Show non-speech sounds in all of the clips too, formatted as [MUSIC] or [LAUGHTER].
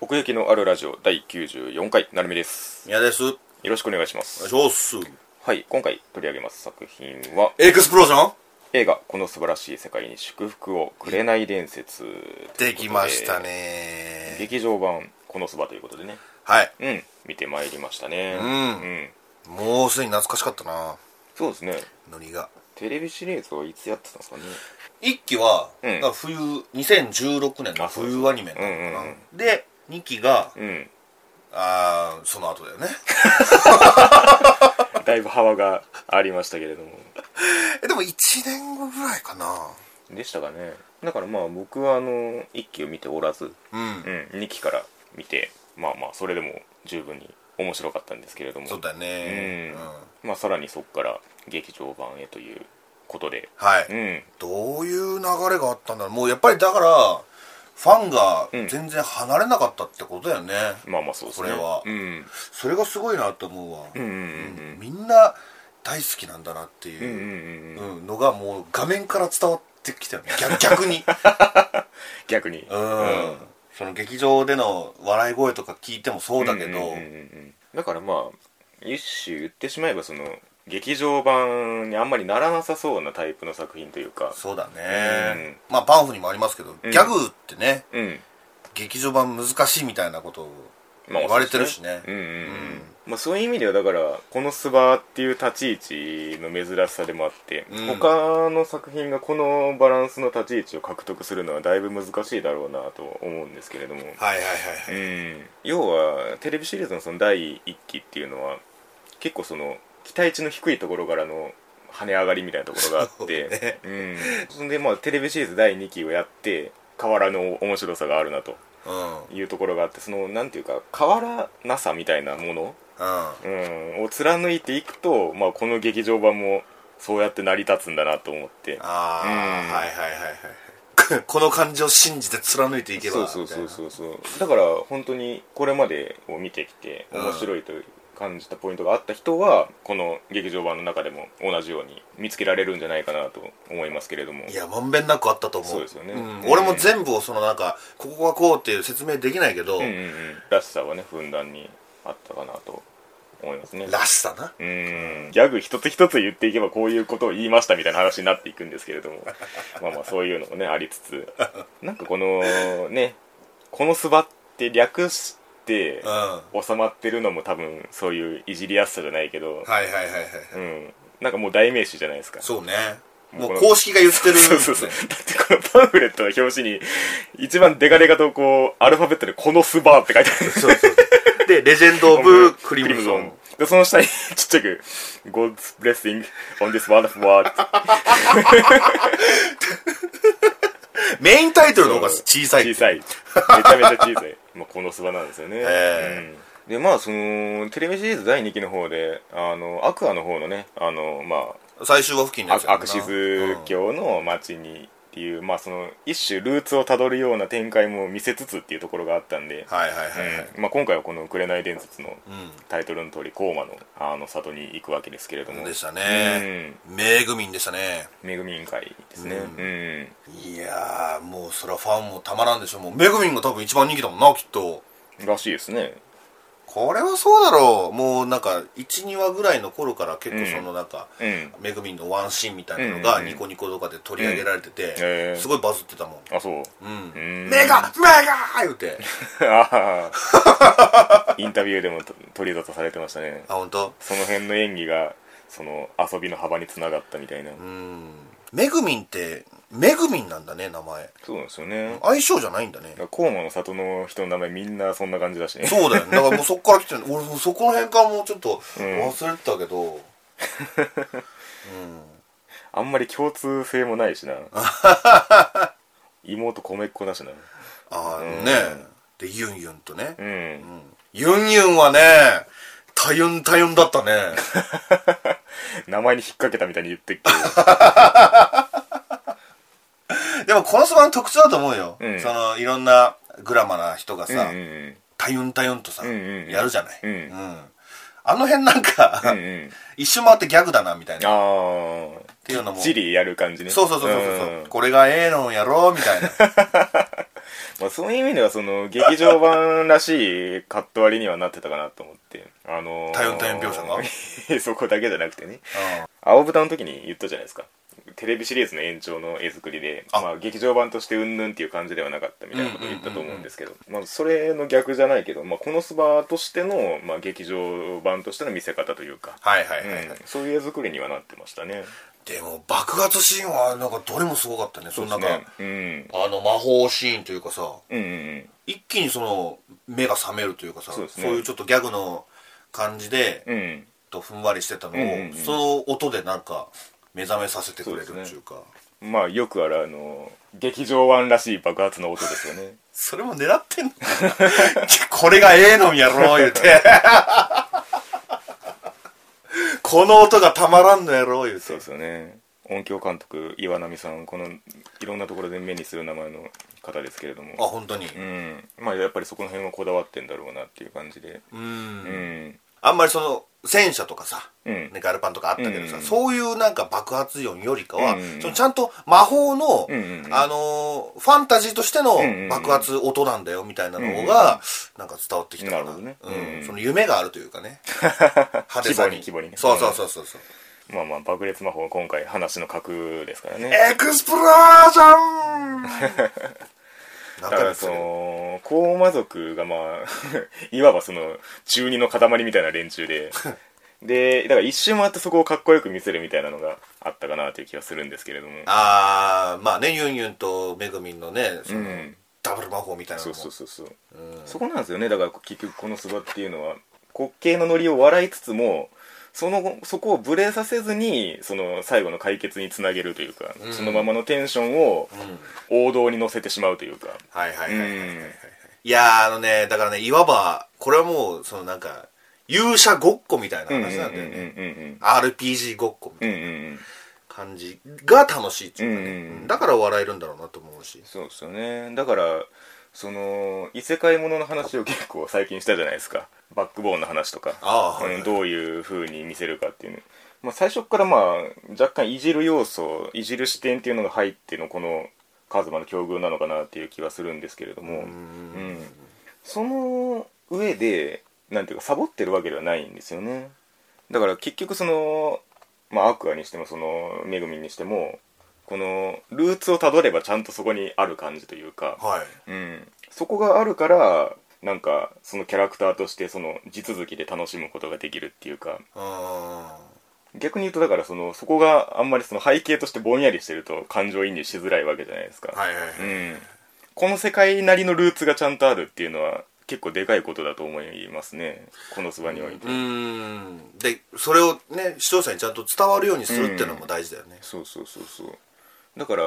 奥行きのあるラジオ第94回なるみです宮です。およろしくお願いします願いします。はい今回取り上げます作品はエクスプロージョン映画「この素晴らしい世界に祝福をくれない伝説」できましたということでね。劇場版「このそば」ということでねはい。うん見てまいりましたねうんうん、もうすでに懐かしかったな、そうですねノリが。テレビシリーズはいつやってたんですかね一期は、うんだから冬、2016年のあそうそう冬アニメなのかな。うんうんで、二期が、うんあーその後だよね。だいぶ幅がありましたけれどもえ、 [LAUGHS] でも1年後ぐらいかな。でしたかねだからまあ僕はあの1期を見ておらず、うん。うん、2期から見てまあまあそれでも十分に面白かったんですけれどもそうだね、うんうんまあさらにそこから劇場版へということではい、うんどういう流れがあったんだろう。もうやっぱりだから、ファンがうん全然離れなかったってことだよね。まあまあそうですねこれはうんそれがすごいなと思うわ。うんうんみんな大好きなんだなってうんうんうんいううんううんんのがもう画面から伝わってきたよね [LAUGHS] 逆逆に逆にうんその劇場での笑い声とか聞いてもそうだけどうんうんうんうんだからまあ一種言ってしまえばその劇場版にあんまりならなさそうなタイプの作品というかそうだねまあパンフにもありますけどギャグってねうん劇場版難しいみたいなことをまあ言われてるしねうんうんうんんまあ、そういう意味ではだからこのスバっていう立ち位置の珍しさでもあって、うん他の作品がこのバランスの立ち位置を獲得するのはだいぶ難しいだろうなと思うんですけれども、はいはいはういはいん、要はテレビシリーズのその第1期っていうのは結構その期待値の低いところからの跳ね上がりみたいなところがあ [LAUGHS] ってう、ん、そんでまあテレビシリーズ第2期をやって変わらぬ面白さがあるなとうんうんいうところがあってそのなんていうか変わらなさみたいなもの、うん、を貫いていくと、まあ、この劇場版もそうやって成り立つんだなと思ってああうんはいはいはいはい [LAUGHS] この感じを信じて貫いていけばそうそうそうそうそうだから本当にこれまでを見てきてうん面白いと感じたポイントがあった人はこの劇場版の中でも同じように見つけられるんじゃないかなと思いますけれどもいやまんべんなくあったと思うそうですよねんうん俺も全部をそのなんかここがこうっていう説明できないけど、うんうんうんらしさはねふんだんにあったかなと思いますねらしさなうんギャグ一つ一つ言っていけばこういうことを言いましたみたいな話になっていくんですけれど [LAUGHS] もまあまあそういうのもねありつつなんかこのねこのスバって略してうんは収まってるのも多分そういういじりやすさじゃないけどいはいはいはいうんなんかもう代名詞じゃないですかそうねももううこの公式が言ってる、 [LAUGHS] そうそうそうだってこのパンフレットの表紙に一番デカデカとこうアルファベットで「このスバー」って書いて [LAUGHS] あるそうそうでレジェンド・オブ・クリムゾンで、その下にちっちゃく、God's blessing on this wonderful world. メインタイトルの方が小さ小いさい。めちゃめちゃ小さい。 [LAUGHS] まあ、このスバなんですよね。うえんで、まあ、その、テレビシリーズ第2期の方で、あの、アクアの方のね、あの、ま最終話付近のあやつ、やアんなクシズ教の町にっていう、まあ、その、一種ルーツをたどるような展開も見せつつっていうところがあったんで、はいはいはいはいうんまあ、今回はこの「紅伝説」のうん、タイトルの通りコーマのあの里に行くわけですけれどもでしたね、名組員でしたね恵み委員会ですね、ううんいやーもうそれはファンもたまらんでしょもう名組員が多分一番人気だもんなきっとらしいですねこれはそうだろうもうなんか12話ぐらいの頃から結構そのなんか、うんめぐみんのワンシーンみたいなのうんがうんうんニコニコとかで取り上げられてて、へーすごいバズってたもん、あそううんんメガメガ言うてあーインタビューでもと取り沙汰されてましたねあ本当。その辺の演技がその遊びの幅につながったみたいな、うんめぐみんってめぐみんなんだね名前そうなんですよね、相性じゃないんだねうコーマの里の人の名前みんなそんな感じだしねそうだよねだからもうそっから来てる俺もうそこの辺からもうちょっとん忘れてたけど、あんまり共通性もないしな妹米っ子だしなああね、でユンユンとね、うんユンユンはね多ユン多ユンだったね名前に引っ掛けたみたいに言ってっけでもこのそばの特徴だと思うよ、うんそのいろんなグラマーな人がどさ、 [LAUGHS] うんうんタユンタユンとさ、うんうんうんやるじゃない、うんあの辺なんか、うんうんうん一周回ってギャグだなみたいなっああていうのもチリやる感じねそうそうそうそうそう、ん [LAUGHS] これがええのんやろみたいなまあそういう意味ではその劇場版らしいカット割りにはなってたかなと思ってあのー、体温体温描写 [LAUGHS] がそこだけじゃなくてね青豚の時に言ったじゃないですかテレビシリーズの延長の絵作りであまあ、劇場版としてうんぬんっていう感じではなかったみたいなことを言ったと思うんですけど、まあ、それの逆じゃないけど、まあ、このスバとしての、まあ、劇場版としての見せ方というか、はいはいはい、はいうん、そういう絵作りにはなってましたねでも爆発シーンはなんかどれもすごかったねそのなんか、ねうんあの魔法シーンというかさうんうんうん一気にその目が覚めるというかさそ,、そううですねいうちょっとギャグの感じで、うんとふんわりしてたのを、うんうんうんその音でなんか目覚めさせてくれるってそうですいねうかまあよくあるあの劇場版らしい爆発の音ですよ [LAUGHS] ねそ,、れも狙ってんの [LAUGHS] これがええのんやろ言うて [LAUGHS] この音がたまらんのやろ言うそうてですよね音響監督岩波さんこのいろんなところで目にする名前の方ですけれどあも本当にうんまあやっぱりそこの辺はこだわってんだろうなっていう感じでうんうんあんまりその戦車とかさ、うんね、ガルパンとかあったけどさ、うんそういうなんか爆発音よりかは、うんうんうんそのちゃんと魔法の、うんうんうんあのーファンタジーとしてんうのんうん爆発音なんだよみたいなのが、うんうんうんなんか伝わってきたからなるほどねうんうんその夢があるというか [LAUGHS] ね派手さ希望にに希望にねそうそうそうそうそう、まあまあ爆裂魔法は今回話の核ですからねエクスプロージョンなん [LAUGHS] だかからですそけどの高魔族がまあ [LAUGHS] いわばその中二の塊みたいな連中 [LAUGHS] ででだから一周回ってそこをかっこよく見せるみたいなのがあったかなという気がするんですけれどもあーまあねユンユンとめぐみんのねその、うんダブル魔法みたいなのそうもそうそうそううんそこなんですよねだから結局このスバっていうのは滑稽のノリを笑いつつもそのそこをブレさせずにその最後の解決につなげるというか、うんそのままのテンションをうん王道に乗せてしまうというかはいはいはいはいはいはい、うんいやーあのねだからねいわばこれはもうそのなんか勇者ごっこみたいなうんうんうん話うんなんだよね、うん RPG ごっこみたういんなうんうん感じが楽しいっていうかね、うんうんうんだから笑えるんだろうなと思うしそうですよねだからその異世界ものの話を結構最近したじゃないですかバックボーンの話とかああはいはいうんどういう風に見せるかっていうの、まあ、最初からまあ若干いじる要素いじる視点っていうのが入ってのこのカズマの境遇なのかなっていう気はするんですけれども、うんうんその上でなんていうかサボってるわけではないんですよねだから結局その、まあ、アクアにしてもそのめぐみんにしてもこのルーツをたどればちゃんとそこにある感じというか、はいうん、そこがあるからなんかそのキャラクターとしてその地続きで楽しむことができるっていうかあ逆に言うとだからそのそこがあんまりその背景としてぼんやりしてると感情移入しづらいわけじゃないですか、はいはいはい、うん、この世界なりのルーツがちゃんとあるっていうのは結構でかいことだと思いますねこのそばにおいて、うーんでそれをね視聴者にちゃんと伝わるようにするっていうのも大事だよね、そうそうそうそうだから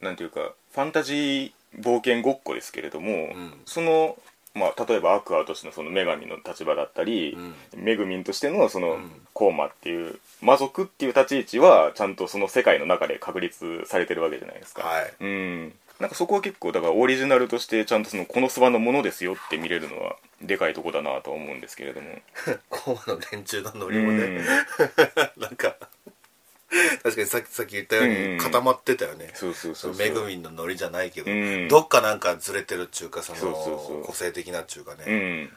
なんていうかファンタジー冒険ごっこですけれども、んその、まあ、例えばアクアとしてのその女神の立場だったり、メグミンとしてのその、コーマっていう魔族っていう立ち位置はちゃんとその世界の中で確立されてるわけじゃないですか、はいうんなんかそこは結構だからオリジナルとしてちゃんとそのこのスバのものですよって見れるのはでかいとこだなとは思うんですけれ [LAUGHS] ども、コマの連中のノうリもね、ん、 [LAUGHS] なんか確かにさっきさっき言ったよううにん固まってたよね、そうそうそそうのそうめぐみんのノリじゃないけど、うんどっかなんかずれてるっちゅうかそのそうそうそう個性的なっちゅうかね、ううんん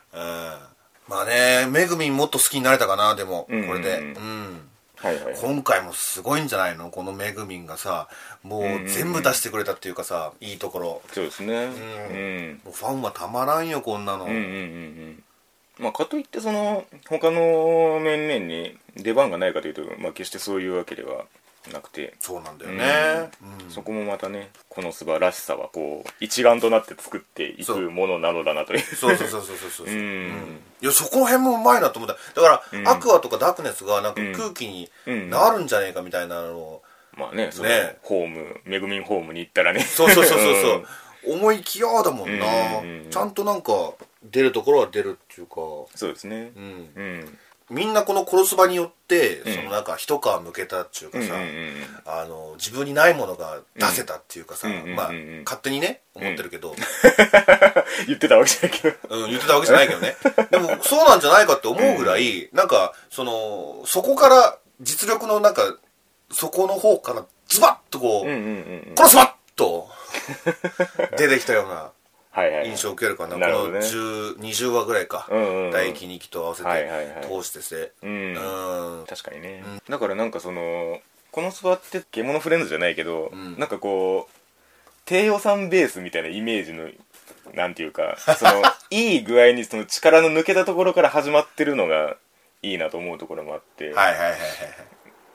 まあねめぐみんもっと好きになれたかなでも、うんこれで、ううんん、はいはい今回もすごいんじゃないのこのめぐみんがさもう全部出してくれたっていうかさいいところそうですねんうんもうファンはたまらんよこんなの、うんうんうんうんまあかといってその他の面々に出番がないかというと、まあ、決してそういうわけではなくて、そうなんだよね、うんそこもまたねこの素晴らしさはこう一丸となって作っていくものなのだなというそうそうそうそうそうそう、うんいやそこら辺もうまいなと思っただから、うんアクアとかダークネスがなんかうん空気にうんなるんじゃねえかみたいなのを、 [LAUGHS] まあねそのねホームめぐみんホームに行ったらねそうそうそうそうそう思いきやだもんな、うんうんうんちゃんとなんか出るところは出るっていうか、そうですねうん、うんうんみんなこの殺す場によって、んそのなんか一皮むけたっていううかんうんさ、あの自分にないものが出せたっていうかさ、うんうんうんうんまあ勝手にね思ってるけど、言ってたわけじゃないけどうん、言ってたわけじゃないけど [LAUGHS] ね。でも、そうなんじゃないかって思うぐらい、なんか、その、そこから、実力のなんか、そこの方から、ズバッとこうう、んうんうん [LAUGHS] 殺すばっと、出てきたような。はいはいはい印象を受けるかな、なるほこどのね10 20話ぐらいか、うんうんうん第一二期と合わせて、はいはいはい通してせううんん確かにね、だからなんかそのこの座って獣フレンズじゃないけど、んなんかこう低予算ベースみたいなイメージのなんていう [LAUGHS] かそのいい具合にその力の抜けたところから始まってるのがいいなと思うところもあって、はいはいはいはい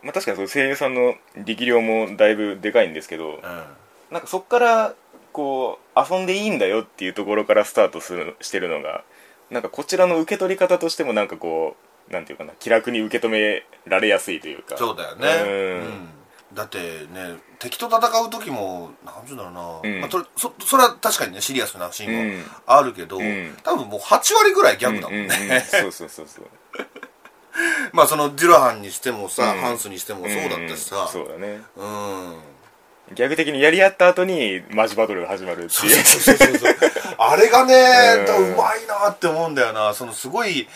まあ、確かにその声優さんの力量もだいぶでかいんですけど、はいなんかそっからこう遊んでいいんだよっていうところからスタートするしてるのがなんかこちらの受け取り方としてもなんかこうなんていうかな気楽に受け止められやすいというかそうだよね、うんだってね敵と戦う時も何て言うんだろうな、うんまあ、とそそれは確かにねシリアスなシーンもあるけど、ん多分もう8割ぐらいギャグだもんね、うんうんうんそうそうそうそうまあそのデュラハンにしてもさ、うんハンスにしても [LAUGHS] そうだったしうんうんさそうだねうん、ギャグ的にやり合った後にマジバトルが始まるってそういうそうそうそうあれがね、うん多分うまいなって思うんだよなそのすごい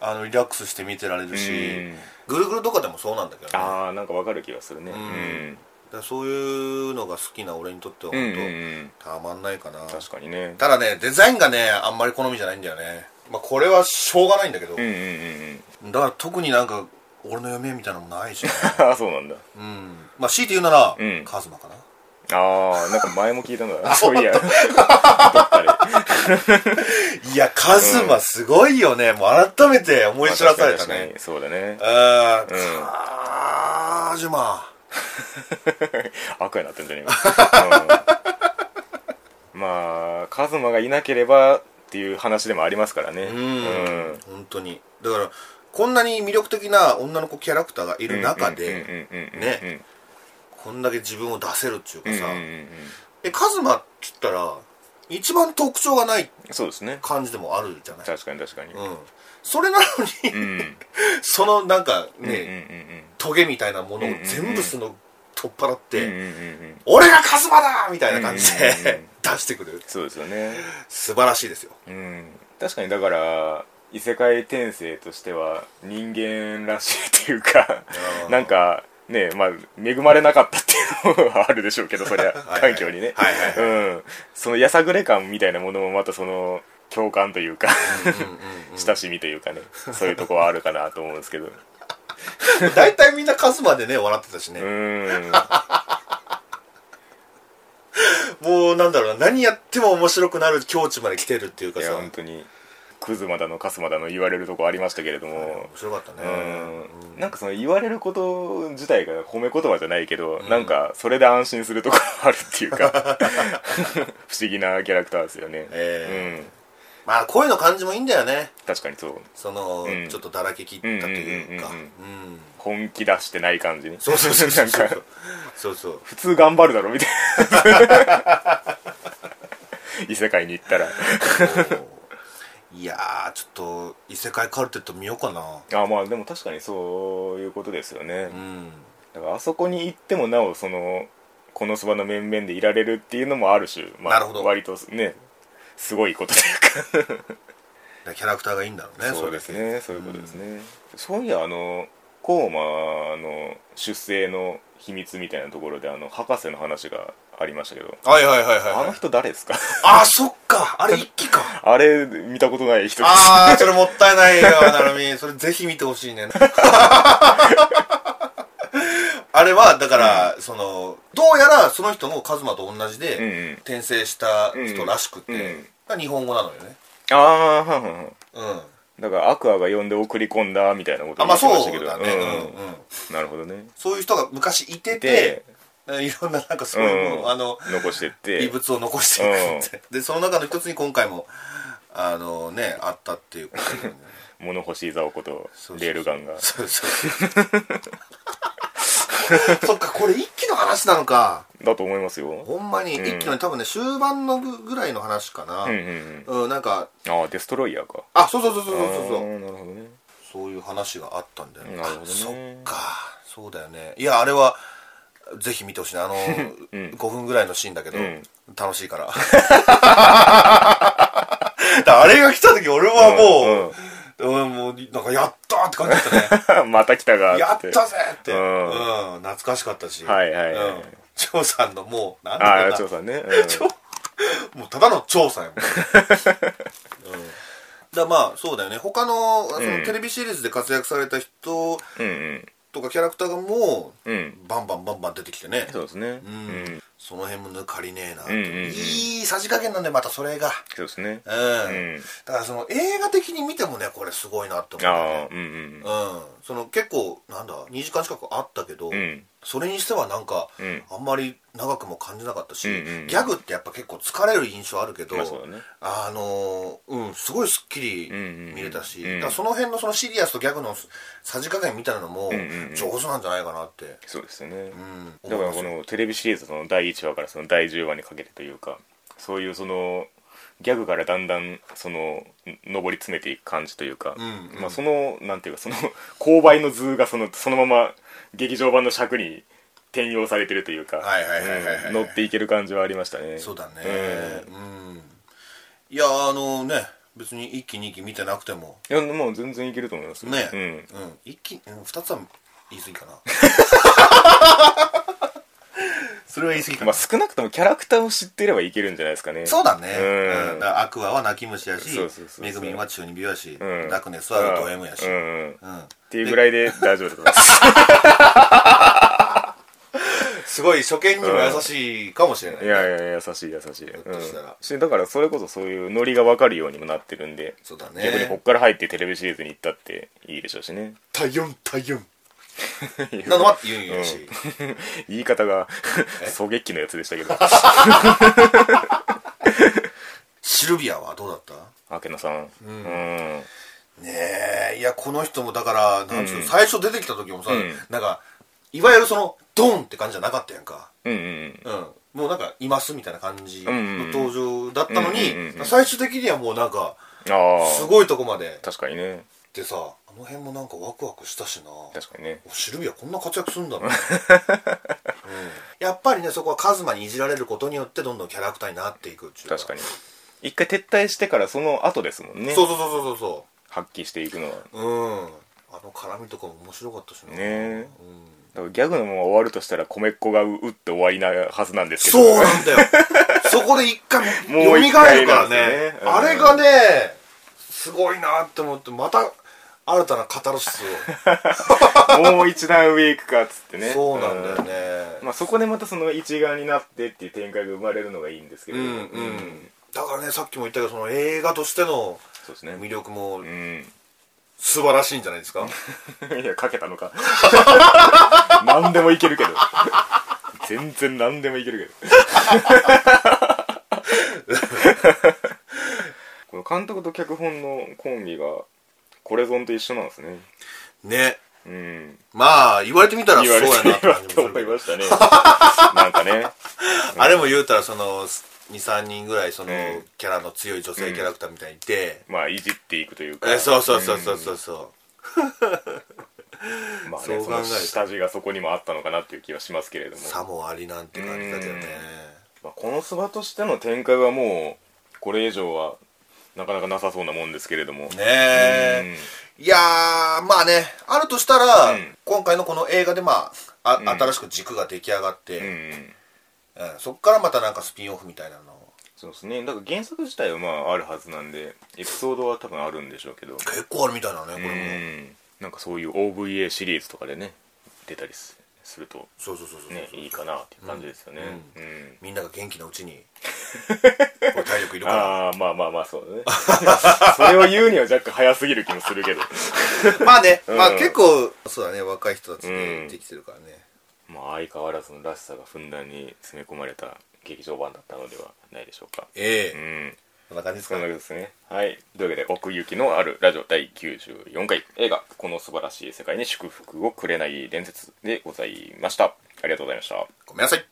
あのリラックスして見てられるし、うんぐるぐるとかでもそうなんだけどねだかああんかわかる気がするねううんんらそういうのが好きな俺にとってはうん本うんうん当、たまんないかな確かにねただねデザインがねあんまり好みじゃないんだよねまあこれはしょうがないんだけど、うんうんうんうん [LAUGHS] だから特になんか俺の嫁みたいなのもないしね、ああそうなんだうん、まあ強いて言うなら、うんカズマかなああなんか前も聞いた [LAUGHS] んだなそういやどっかでいや、カズマすごいよね。もう改めて思い知らされまたあ確かに確ねか。にそうだね [LAUGHS] あー、うんカズマ。赤になってんじゃねえか、うんまあカズマがいなければっていう話でもありますからねううんん、本当に。だから、こんなに魅力的な女の子キャラクターがいる中で、うんうんうんうんうんねこんだけ自分を出せるっていううかんうんうんさ、うんえ、カズマって言ったら、一番特徴がないそうですね感じでもあるじゃない。確かに確かにうん。それなのに、うんうんそのなんかうね、んうんトゲみたいなものを全部その取っ払って、うんうんうんうん俺がカズマだみたいな感じうんうんうでん出してくるそうですよね素晴らしいですようん確かにだから異世界転生としては人間らしいっていうかうんなんかねまあ恵まれなかったっていうのはあるでしょうけどそりゃはい環境にねはいはいうんそのやさぐれ感みたいなものもまたその共感というか [LAUGHS] 親しみというかねそういうとこはあるかなと思うんですけど大体みんなカズマでね笑ってたしねう、んもうなんだろうな何やっても面白くなる境地まで来てるっていうかいさや本当にクズマだのカスマだの言われるとこありましたけれども面白かったね、うんなんかその言われること自体が褒め言葉じゃないけど、なんかそれで安心するところあるっていう [LAUGHS] か不思議なキャラクターですよね、えうんまあ声の感じもいいんだよね確かにそうその、うんちょっとだらけきったというかうんうんうん本気出してない感じねそうそうそうそう [LAUGHS] なんかそうそう普通頑張るだろみたい [LAUGHS] な異世界に行ったらいやーちょっと異世界カルテット見ようかなあまあでも確かにそういうことですよね、うんだからあそこに行ってもなおそのこのそばの面々でいられるっていうのもある種、まあ、なるほど割とねすごいことというかキャラクターがいいんだろうねそうですねそういうことですね、そういやあのコーマの出生の秘密みたいなところであの博士の話がありましたけどはいはいはいはい、あはのい、人誰ですか [LAUGHS] あそっかあれ一期かあれ見たことない人ですああそれもったいないよ [LAUGHS] なるみそれぜひ見てほしいね [LAUGHS] あれはだから、そのどうやらその人もカズマと同じで、うんうん転生した人らしくて、うんうんまあ日本語なのよねああはんはんはんうんだからアクアが呼んで送り込んだみたいなことあをま言あってましたそけうどだねうん、うんうんなるほどねそういう人が昔いててでえいろんななんかそういうのを、うんあの残してって遺物を残していくって、でその中の一つに今回もあのねあったっていうことで、ね、物干し竿ことそうそうそうレールガンがそうそう [LAUGHS] そっかこれ一期の話なのかだと思いますよほんまにうん一期のね多分ね終盤のぐらいの話かなうんうんうんうん、なんかああデストロイヤーかあそうそうそうそうそうあそうーなるほどねそういう話があったんだよねなるほどねあそっかそうだよねいやあれはぜひ見てほしいなあの、うん5分ぐらいのシーンだけど、うん楽しいから [LAUGHS] だからあれが来た時俺はもう、うんもうなんかやったーって感じだったね [LAUGHS] また来たがやったぜって、ううんん懐かしかったし、はいはいはいうん、張さんのもうなんああだろ張う [LAUGHS] さんね、うんな張もうただの調査やも [LAUGHS] ん、うん、だまあそうだよね他のうそんのテレビシリーズで活躍された人うんうんとかキャラクターがもうんうバンバンバンバン出てきてねそうですねううんん、その辺も抜かりねえな、んうんうんいいさじ加減なんでまたそれがそうですねううん、んだからその映画的に見てもねこれすごいなって思う、ああねうんうんうん、その結構なんだ2時間近くあったけど、うんそれにしてはなんか、うんあんまり長くも感じなかったし、うんうんギャグってやっぱ結構疲れる印象あるけど、まあそうだねあのーうんすごいすっきり見れたし、うんうんうんだからその辺のそのシリアスとギャグのさじ加減みたいなのもんうんうん上手なんじゃないかなって、そうですよねうんだからこのテレビシリーズの第1話からその第10話にかけてというかそういうそのギャグからだんだんその上り詰めていく感じというか、んうんまあ、そのなんていうかその勾配の図がそのそのまま劇場版の尺に転用されてるというかはいはいはいはいはいうん乗っていける感じはありましたねそうだねうん、いやあのね別に一期二期見てなくてもうんいやもう全然いけると思いますよね、うん、うん一期、うん、二つは言い過ぎ [LAUGHS] かなそれは言い過ぎかまあ、少なくともキャラクターを知っていればいけるんじゃないですかねそうだね、うんうんだからアクアは泣き虫やしそうそうそうそうめぐみんは中二病やし、うんダクネスはド M やし、ううんんうんっていうぐらいで大丈夫だと思いますすごい初見にも優しいかもしれない、いやいやいや優しい優しい、ょっとしたらうんしだからそれこそそういうノリが分かるようにもなってるんで、そうだ逆にこっねから入ってテレビシリーズに行ったっていいでしょうしね体温体温 [LAUGHS] なのは言うんやし、言い方が狙撃のやつでした [LAUGHS] けどシルビアはどうだった明野さんうん、ねえいやこの人もだからなんつうの、うん最初出てきた時もさ、うんなんかいわゆるそのドンって感じじゃなかったやんかうんうんうんもうなんかいますみたいな感じうんうんのうん登場だったのに、うんうんうんうん最終的にはもうなんかああすごいとこまで確かにねってさあの辺もなんかワクワクしたしな確かにねおシルビアこんな活躍する [LAUGHS] んだな、うん、やっぱりねそこはカズマにいじられることによってどんどんキャラクターになっていくっていう確かにに一回撤退してからその後ですもんねそうそうそうそうそ発揮していくのはうそううんあの絡みとかも面白かったしなねえうんだからギャグのまま終わるとしたら米っ子がううって終わりなはずなんですけどそうなんだよ [LAUGHS] そこで一回もう一蘇回るからねなんですねうんあれがねすごいなって思ってまた新たなカタルシスもう一段上行くかっつって [LAUGHS] を、ねそうなんだよね、まあ、そこでまたその一丸になってっていう展開が生まれるのがいいんですけれど、うんうんだからねさっきも言ったけどその映画としてのそうですね魅力もうん素晴らしいんじゃないですかいやかけたのか [LAUGHS] 何でもいけるけど全然何でもいけるけ [LAUGHS] どこの監督と脚本のコンビがこれぞんと一緒なんですねねうんまあ言われてみたらそう言わやれてなってみれば感じともする思けいどましたね [LAUGHS] なんかねあれも言うたらその23人ぐらいそのうんキャラの強い女性キャラクターみたいにいて、まあいじっていくというかえそうそうそうそうそうそう、まあそうね、そ考えるのと下地がそこにもあったのかなっていう気はしますけれども、さもありなんて感じだけどねまあ、このスバとしての展開はもうこれ以上はなかなかなさそうなもんですけれどもねえいやーまあねあるとしたら、うん今回のこの映画でまああ、ん新しく軸が出来上がうっん、うて、ん、うんそっからまたなんかスピンオフみたいなのそうですねだから原作自体はまああるはずなんでエピソードは多分あるんでしょうけど結構あるみたいなねこれうも、んなんかそういう OVA シリーズとかでね出たりすするとそうそうそうそうそうねいいかなっていう感じですよねうん、みんなが元気なう [LAUGHS] ちにこれ体力いるかああまあまあまあそうだ [LAUGHS] ねそれを言うには若干早すぎる気もするけどらまあね、うんまあ結構そうだね若い人たちうでんできてるからね、まあ相変わらずのらしさがふんだんに詰め込まれた劇場版だったのではないでしょうかえうえんこんな感じですそかんなねわけですねはいというわけで奥行きのあるラジオ第94回映画「この素晴らしい世界に祝福をくれない伝説」でございましたありがとうございましたごめんなさい